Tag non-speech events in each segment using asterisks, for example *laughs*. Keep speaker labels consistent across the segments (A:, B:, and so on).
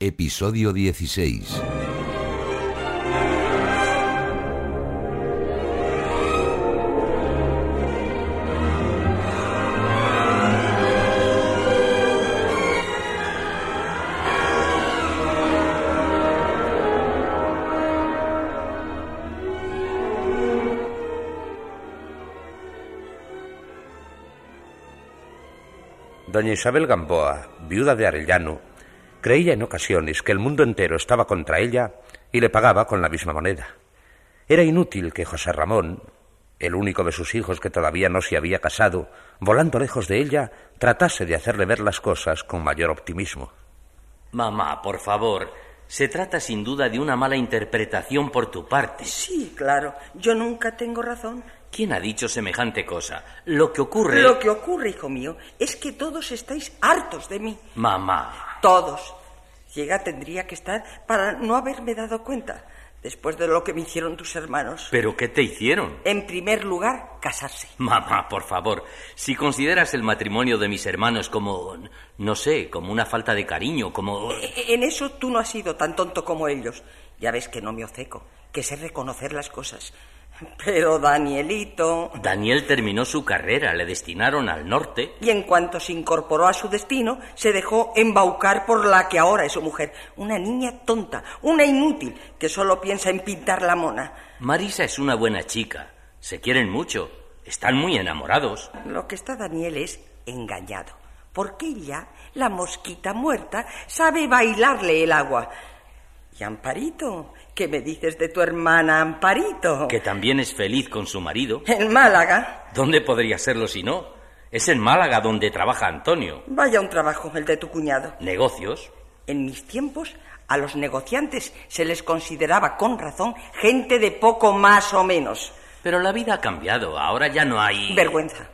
A: Episodio 16.
B: Doña Isabel Gamboa, viuda de Arellano, creía en ocasiones que el mundo entero estaba contra ella y le pagaba con la misma moneda. Era inútil que José Ramón, el único de sus hijos que todavía no se había casado, volando lejos de ella, tratase de hacerle ver las cosas con mayor optimismo.
C: Mamá, por favor, se trata sin duda de una mala interpretación por tu parte.
D: Sí, claro. Yo nunca tengo razón.
C: ¿Quién ha dicho semejante cosa? Lo que ocurre...
D: Lo que ocurre, hijo mío, es que todos estáis hartos de mí.
C: Mamá.
D: Todos. Ciega tendría que estar para no haberme dado cuenta, después de lo que me hicieron tus hermanos.
C: ¿Pero qué te hicieron?
D: En primer lugar, casarse.
C: Mamá, por favor, si consideras el matrimonio de mis hermanos como... no sé, como una falta de cariño, como...
D: E- En eso tú no has sido tan tonto como ellos. Ya ves que no me ofeco, que sé reconocer las cosas. Pero Danielito...
C: Daniel terminó su carrera, le destinaron al norte.
D: Y en cuanto se incorporó a su destino, se dejó embaucar por la que ahora es su mujer. Una niña tonta, una inútil, que solo piensa en pintar la mona.
C: Marisa es una buena chica, se quieren mucho, están muy enamorados.
D: Lo que está Daniel es engañado, porque ella, la mosquita muerta, sabe bailarle el agua. Y Amparito, ¿qué me dices de tu hermana Amparito?
C: Que también es feliz con su marido.
D: En Málaga.
C: ¿Dónde podría serlo si no? Es en Málaga donde trabaja Antonio.
D: Vaya un trabajo el de tu cuñado.
C: Negocios.
D: En mis tiempos, a los negociantes se les consideraba con razón gente de poco más o menos.
C: Pero la vida ha cambiado, ahora ya no hay...
D: Vergüenza.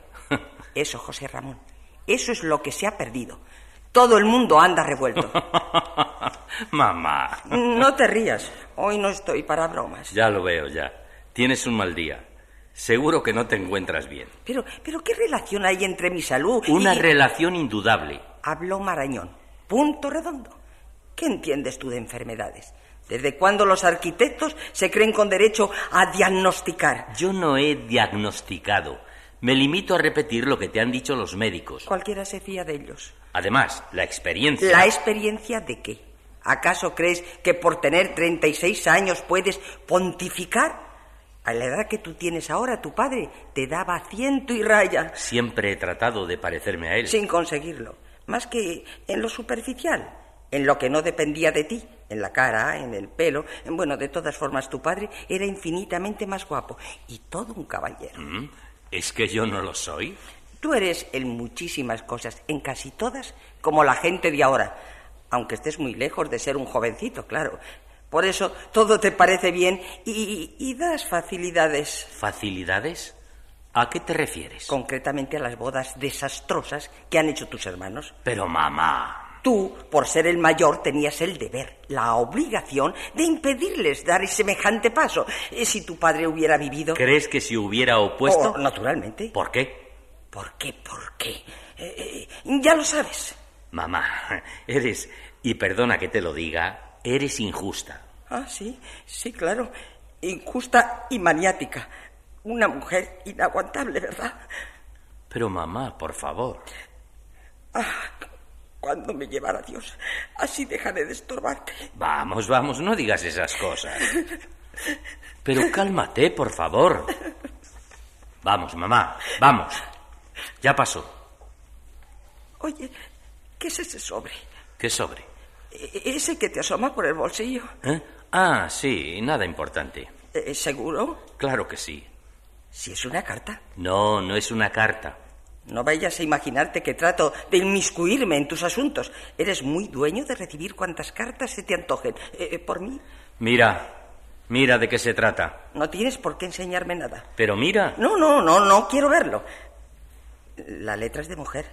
D: Eso, José Ramón. Eso es lo que se ha perdido. Todo el mundo anda revuelto.
C: *laughs* Mamá.
D: No te rías. Hoy no estoy para bromas.
C: Ya lo veo, ya. Tienes un mal día. Seguro que no te encuentras bien.
D: Pero, pero ¿qué relación hay entre mi salud y-
C: Una relación indudable.
D: Habló Marañón. Punto redondo. ¿Qué entiendes tú de enfermedades? ¿Desde cuándo los arquitectos se creen con derecho a diagnosticar?
C: Yo no he diagnosticado. Me limito a repetir lo que te han dicho los médicos.
D: Cualquiera se fía de ellos.
C: Además, la experiencia...
D: ¿La experiencia de qué? ¿Acaso crees que por tener 36 años puedes pontificar? A la edad que tú tienes ahora, tu padre te daba ciento y raya,
C: Siempre he tratado de parecerme a él.
D: sin conseguirlo. Más que en lo superficial, en lo que no dependía de ti, en la cara, en el pelo. Bueno, de todas formas, tu padre era infinitamente más guapo y todo un caballero.
C: ¿Mm? ¿Es que yo no lo soy?
D: Tú eres en muchísimas cosas, en casi todas, como la gente de ahora, aunque estés muy lejos de ser un jovencito, claro. Por eso todo te parece bien y, y das facilidades,
C: ¿Facilidades? ¿A qué te refieres?
D: concretamente a las bodas desastrosas que han hecho tus hermanos.
C: Pero mamá...
D: Tú, por ser el mayor, tenías el deber, la obligación de impedirles dar semejante paso. Eh, Si tu padre hubiera vivido...
C: ¿Crees que si hubiera opuesto...
D: Oh, naturalmente.
C: ¿Por qué?
D: ¿Por qué? ¿Por qué? Eh, eh, ya lo sabes.
C: Mamá, *laughs* eres, y perdona que te lo diga, eres injusta.
D: Ah, sí, sí, claro. Injusta y maniática. Una mujer inaguantable, ¿verdad?
C: Pero mamá, por favor.
D: Ah, Cuando me llevará Dios, así dejaré de estorbarte.
C: Vamos, vamos, no digas esas cosas. Pero cálmate, por favor. Vamos, mamá, vamos. Ya pasó.
D: Oye, ¿qué es ese sobre?
C: ¿Qué sobre?
D: E- Ese que te asoma por el bolsillo.
C: ¿Eh? Ah, sí, nada importante.
D: Eh, ¿Seguro?
C: Claro que sí.
D: Si es una carta.
C: No, no es una carta.
D: No vayas a imaginarte que trato de inmiscuirme en tus asuntos. Eres muy dueño de recibir cuantas cartas se te antojen. Eh, eh, por mí,
C: Mira, mira de qué se trata.
D: no tienes por qué enseñarme nada.
C: Pero mira.
D: No, no, no, no quiero verlo. La letra es de mujer.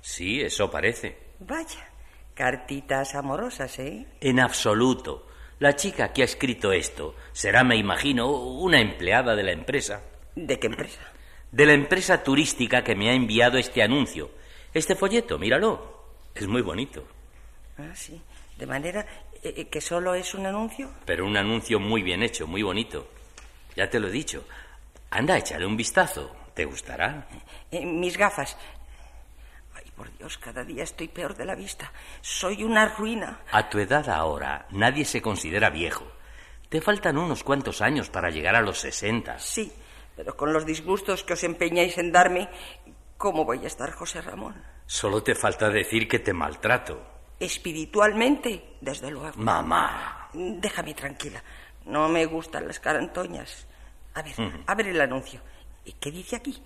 C: Sí, eso parece.
D: Vaya, cartitas amorosas, ¿eh?
C: En absoluto. La chica que ha escrito esto será, me imagino, una empleada de la empresa.
D: ¿De qué empresa?
C: De la empresa turística que me ha enviado este anuncio. Este folleto, míralo. Es muy bonito.
D: Ah, sí. De manera eh, eh, que solo es un anuncio.
C: Pero un anuncio muy bien hecho, muy bonito. Ya te lo he dicho. Anda, échale un vistazo. ¿Te gustará?
D: Eh, mis gafas. Ay, por Dios, cada día estoy peor de la vista. Soy una ruina.
C: A tu edad ahora, nadie se considera viejo. Te faltan unos cuantos años para llegar a los 60.
D: Sí, pero con los disgustos que os empeñáis en darme, ¿cómo voy a estar, José Ramón?
C: Solo te falta decir que te maltrato.
D: Espiritualmente, desde luego.
C: Mamá.
D: Déjame tranquila. No me gustan las carantoñas. A ver, abre el anuncio. ¿Y qué dice aquí?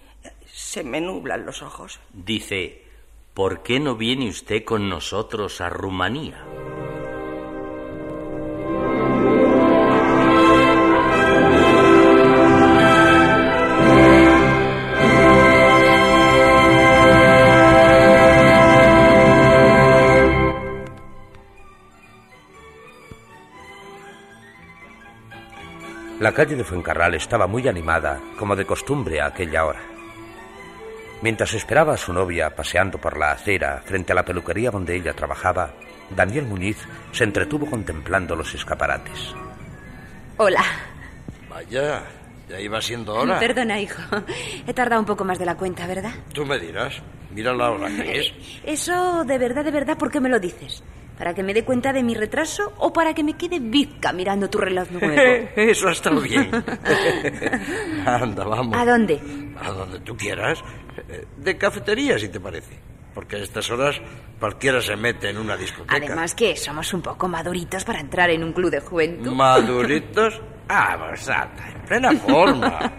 D: Se me nublan los ojos.
C: Dice, ¿por qué no viene usted con nosotros a Rumanía?
B: La calle de Fuencarral estaba muy animada, como de costumbre a aquella hora. Mientras esperaba a su novia paseando por la acera frente a la peluquería donde ella trabajaba, Daniel Muñiz se entretuvo contemplando los escaparates.
E: Hola.
F: Vaya, ya iba siendo hora.
E: Perdona, hijo. He tardado un poco más de la cuenta, ¿verdad?
F: Tú me dirás, mira la hora que
E: *laughs*
F: es.
E: Eso, de verdad, de verdad, ¿por qué me lo dices? ¿Para que me dé cuenta de mi retraso o para que me quede bizca mirando tu
F: *laughs*
E: reloj nuevo?
F: Eso ha estado
E: *laughs*
F: bien. Anda, vamos.
E: ¿A dónde?
F: A donde tú quieras. Eh, De cafetería, si te parece. Porque a estas horas cualquiera se mete en una discoteca.
E: Además que somos un poco maduritos para entrar en un club de juventud.
F: ¿Maduritos? Ah, vosata, en plena
E: *laughs*
F: forma.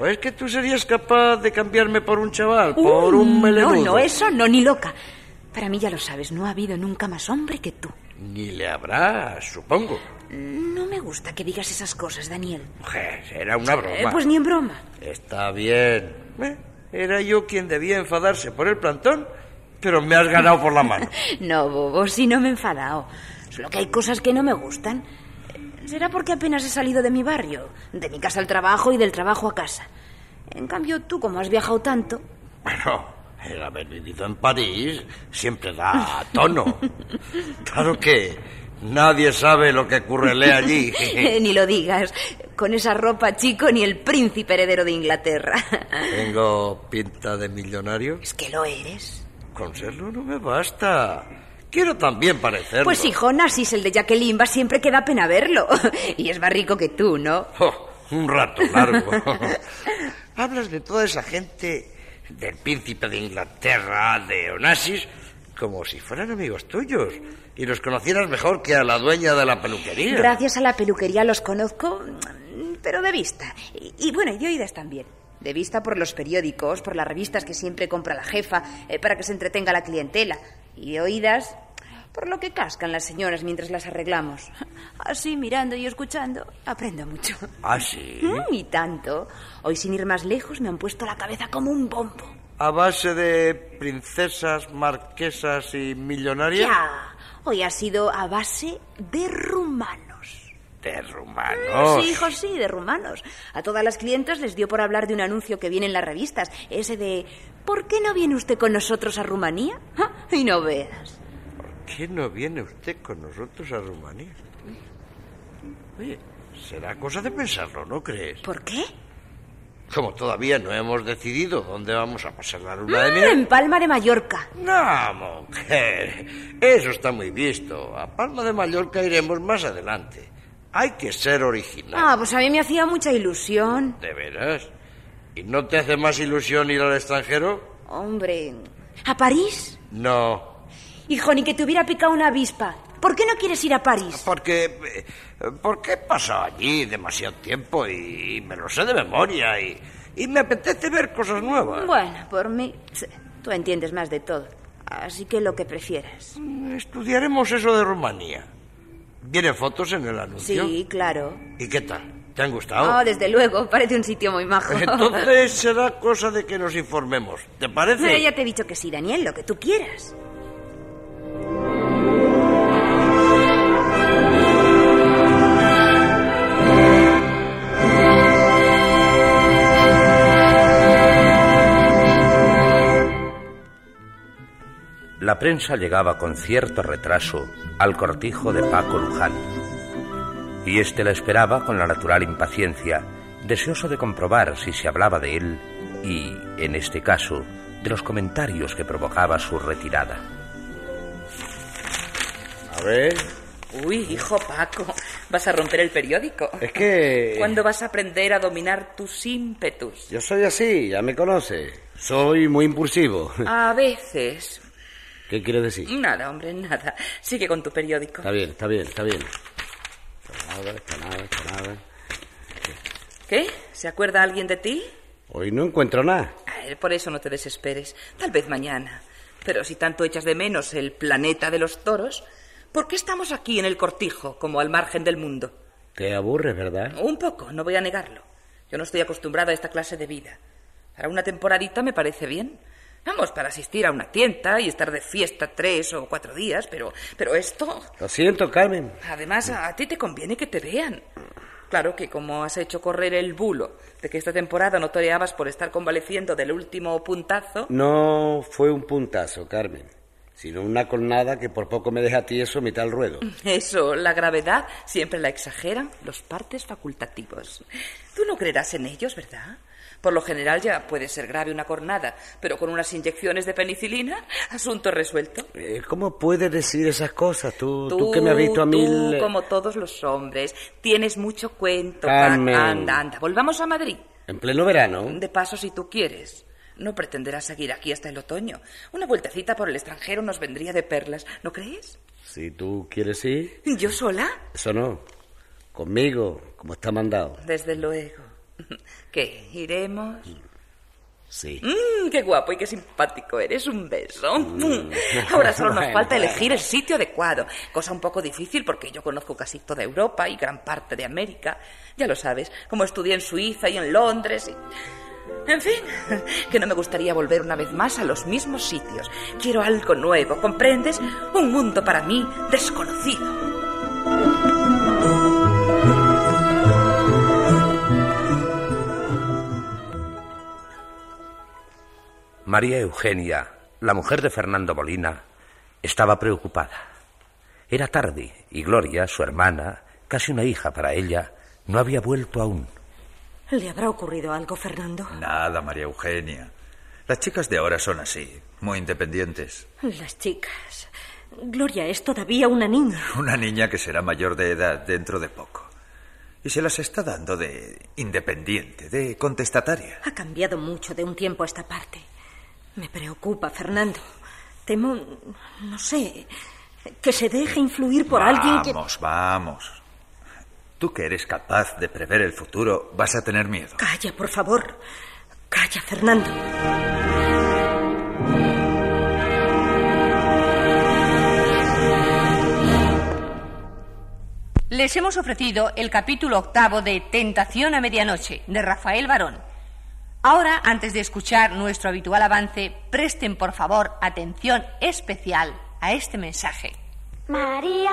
F: ¿O es que tú serías capaz de cambiarme por un chaval,
E: Uh,
F: Mm. por un melenudo?
E: No, no, eso no, ni loca. Para mí ya lo sabes, no ha habido nunca más hombre que tú.
F: Ni le habrá, supongo.
E: No me gusta que digas esas cosas, Daniel.
F: Mujer, era una broma.
E: Eh, pues ni en broma.
F: Está bien. Eh, Era yo quien debía enfadarse por el plantón, pero me has ganado por la
E: *laughs*
F: mano.
E: No, bobo, si no me he enfadado. Solo que hay cosas que no me gustan. Eh, Será porque apenas he salido de mi barrio, de mi casa al trabajo y del trabajo a casa. En cambio, tú, como has viajado tanto,
F: Bueno, el haber vivido en París siempre da
E: *laughs*
F: tono. Claro que nadie sabe lo que ocurre
E: *laughs*
F: allí.
E: ni lo digas. Con esa ropa, chico, ni el príncipe heredero de Inglaterra. *laughs*
F: ¿Tengo pinta de millonario?
E: es que lo eres.
F: Con serlo no me basta. Quiero también parecerlo.
E: Pues hijo, Narcis, el de Jacqueline, va siempre que da pena verlo. *laughs* Y es más rico que tú, ¿no?
F: Oh, un rato largo. *laughs* Hablas de toda esa gente, del príncipe de Inglaterra, de Onassis, como si fueran amigos tuyos y los conocieras mejor que a la dueña de la peluquería.
E: Gracias a la peluquería los conozco, mm, pero de vista. Y, y bueno, y de oídas también. De vista por los periódicos, por las revistas que siempre compra la jefa eh, para que se entretenga la clientela. Y de oídas por lo que cascan las señoras mientras las arreglamos. Así mirando y escuchando, aprendo mucho.
F: Ah, sí.
E: Mm, Y tanto. Hoy sin ir más lejos me han puesto la cabeza como un bombo.
F: A base de princesas, marquesas y millonarias.
E: Ya. Hoy ha sido a base de rumanos.
F: De
E: Ah,
F: rumanos.
E: Sí, hijos, sí, de rumanos. A todas las clientas les dio por hablar de un anuncio que viene en las revistas, ese de ¿Por qué no viene usted con nosotros a Rumanía? Ah, Y no veas.
F: ¿Por qué no viene usted con nosotros a Rumanía? Oye, será cosa de pensarlo, ¿no crees?
E: ¿Por qué?
F: Como todavía no hemos decidido dónde vamos a pasar la luna de miel.
E: Ah, En Palma de Mallorca.
F: No, mujer. Eso está muy visto. A Palma de Mallorca iremos más adelante. Hay que ser original.
E: Ah, pues a mí me hacía mucha ilusión.
F: ¿De veras? ¿Y no te hace más ilusión ir al extranjero?
E: Hombre, ¿a París?
F: No.
E: Hijo, ni que te hubiera picado una avispa. ¿Por qué no quieres ir a París?
F: Porque. eh, Porque he pasado allí demasiado tiempo y me lo sé de memoria y.
G: y me apetece ver cosas nuevas.
E: Bueno, por mí, sí, tú entiendes más de todo. Así que lo que prefieras.
G: Estudiaremos eso de Rumanía. ¿Vienen fotos en el anuncio?
E: Sí, claro.
G: ¿Y qué tal? ¿Te han
E: Oh,
G: gustado?
E: desde luego, parece un sitio muy majo.
G: Entonces será cosa de que nos informemos. ¿Te
E: Eh,
G: parece?
E: ya te he dicho que sí, Daniel, lo que tú quieras.
H: La prensa llegaba con cierto retraso al cortijo de Paco Luján. Y éste la esperaba con la natural impaciencia, deseoso de comprobar si se hablaba de él y, en este caso, de los comentarios que provocaba su retirada.
G: A ver.
D: Uy, hijo Paco, vas a romper el periódico.
F: Es que
D: ¿Cuándo vas a aprender a dominar tus ímpetus?
F: yo soy así, ya me conoce. Soy muy impulsivo. *laughs*
D: A veces.
F: ¿Qué quieres decir?
D: Nada, hombre, nada. Sigue con tu periódico.
F: Está bien, está bien, está bien. Nada, está nada, está nada.
D: ¿Qué? ¿Se acuerda alguien de ti?
F: Hoy no encuentro nada.
D: Ay, Eh, Por eso no te desesperes. Tal vez mañana. Pero si tanto echas de menos el planeta de los toros, ¿por qué estamos aquí en el cortijo, como al margen del mundo?
F: Te aburres, ¿verdad?
D: Un poco, no voy a negarlo. Yo no estoy acostumbrada a esta clase de vida. Para una temporadita me parece bien. Vamos, para asistir a una tienda y estar de fiesta tres o cuatro días, pero, pero esto...
F: Lo siento, Carmen.
D: Además, a, a ti te conviene que te vean. Claro que como has hecho correr el bulo de que esta temporada no toreabas por estar convaleciendo del último puntazo...
F: No fue un puntazo, Carmen, sino una colnada que por poco me deja tieso mitad al ruedo.
D: Eso, la gravedad siempre la exageran los partes facultativos. Tú no creerás en ellos, ¿verdad? Por lo general ya puede ser grave una cornada, pero con unas inyecciones de penicilina, asunto resuelto.
F: Eh, ¿Cómo puedes decir esas cosas? Tú, tú, que me has visto a eh, mí...
D: tú, como todos los hombres, tienes mucho cuento.
F: Carmen. ¿Eh?
D: Pac. Anda, anda, volvamos a Madrid.
F: En pleno verano.
D: De paso, si tú quieres. No pretenderás seguir aquí hasta el otoño. Una vueltecita por el extranjero nos vendría de perlas, ¿no crees?
F: Si tú quieres ir,
D: ¿Yo sola?
F: eso no. Conmigo, como está mandado.
D: Desde luego. *laughs* ¿Qué? ¿Iremos?
F: Sí.
D: Mm, ¡Qué guapo y qué simpático eres! ¡Un beso! Mm. Ahora solo nos
F: Mm. *laughs* Bueno,
D: falta
F: bueno.
D: elegir el sitio adecuado. Cosa un poco difícil porque yo conozco casi toda Europa y gran parte de América. Ya lo sabes, como estudié en Suiza y en Londres y... En fin, *laughs* que no me gustaría volver una vez más a los mismos sitios. Quiero algo nuevo, ¿comprendes? Un mundo para mí desconocido.
H: María Eugenia, la mujer de Fernando Molina, estaba preocupada. Era tarde y Gloria, su hermana, casi una hija para ella, no había vuelto aún.
I: ¿Le habrá ocurrido algo, Fernando?
J: Nada, María Eugenia. Las chicas de ahora son así, muy independientes.
I: Las chicas. Gloria es todavía una niña.
J: Una niña que será mayor de edad dentro de poco. Y se las está dando de independiente, de contestataria.
I: Ha cambiado mucho de un tiempo a esta parte. Me preocupa, Fernando. Temo, no sé, que se deje influir por alguien que...
J: Vamos, vamos. Tú que eres capaz de prever el futuro, vas a tener miedo.
I: Calla, por favor. Calla, Fernando.
K: Les hemos ofrecido el capítulo octavo de Tentación a Medianoche, de Rafael Barón. Ahora, antes de escuchar nuestro habitual avance, presten por favor atención especial a este mensaje.
L: María, María,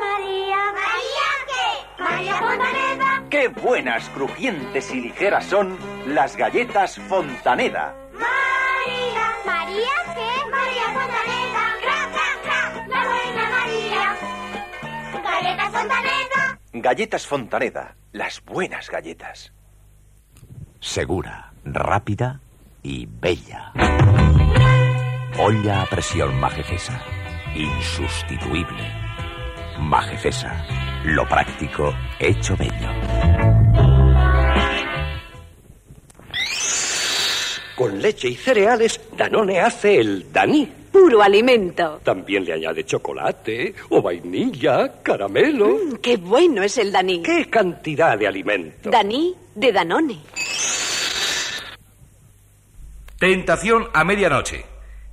L: María. ¿María qué? María Fontaneda.
M: Qué buenas, crujientes y ligeras son las galletas Fontaneda.
L: María. ¿María qué? María Fontaneda. ¡Cra, cra, cra! La buena María. Galletas Fontaneda.
M: Galletas Fontaneda, las buenas galletas.
C: segura, rápida y bella. Olla a presión majefesa, insustituible. Majefesa, lo práctico hecho bello.
N: Con leche y cereales, Danone hace el Daní. Puro alimento. También le añade chocolate o vainilla,
F: ¿Eh?
N: caramelo.
O: Mm, Qué bueno es el Daní.
N: ¿Qué cantidad de alimento?
O: Daní de Danone.
J: Tentación a medianoche.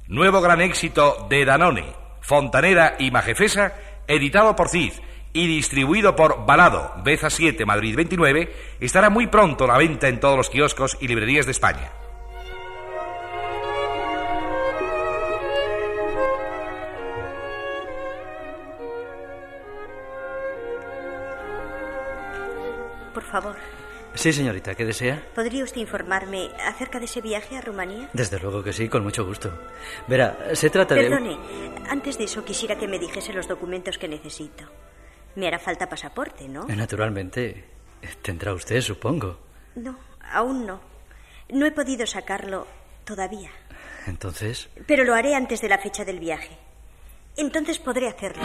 J: Nuevo gran éxito de Danone, Fontanera y Majefesa, editado por Cid y distribuido por Balado, Beza 7, Madrid 29, estará muy pronto a la venta en todos los kioscos y librerías de España.
E: Por favor,
D: Sí, señorita, ¿qué desea?
E: ¿podría usted informarme acerca de ese viaje a Rumanía?
D: Desde luego que Pues sí, con mucho gusto. Verá, se trata de...
E: Perdone, antes de eso quisiera que me dijese los documentos que necesito. Me hará falta pasaporte, ¿no?
D: Eh, Naturalmente, tendrá usted, supongo.
E: No, aún no. No he podido sacarlo todavía,
D: Entonces,
E: pero lo haré antes de la fecha del viaje. Entonces podré hacerlo.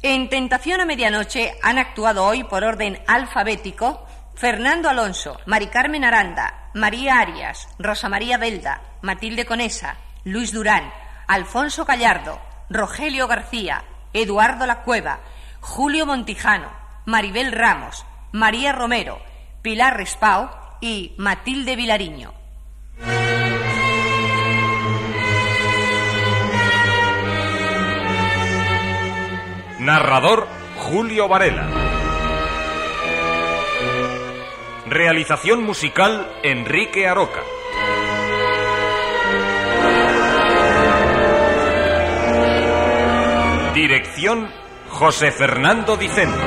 K: En Tentación a Medianoche han actuado hoy por orden alfabético Fernando Alonso, Mari Carmen Aranda, María Arias, Rosa María Belda, Matilde Conesa, Luis Durán, Alfonso Gallardo, Rogelio García, Eduardo La Cueva, Julio Montijano, Maribel Ramos, María Romero, Pilar Respao y Matilde Vilariño.
J: Narrador Julio Varela. Realización musical Enrique Aroca. Dirección José Fernando Dicente.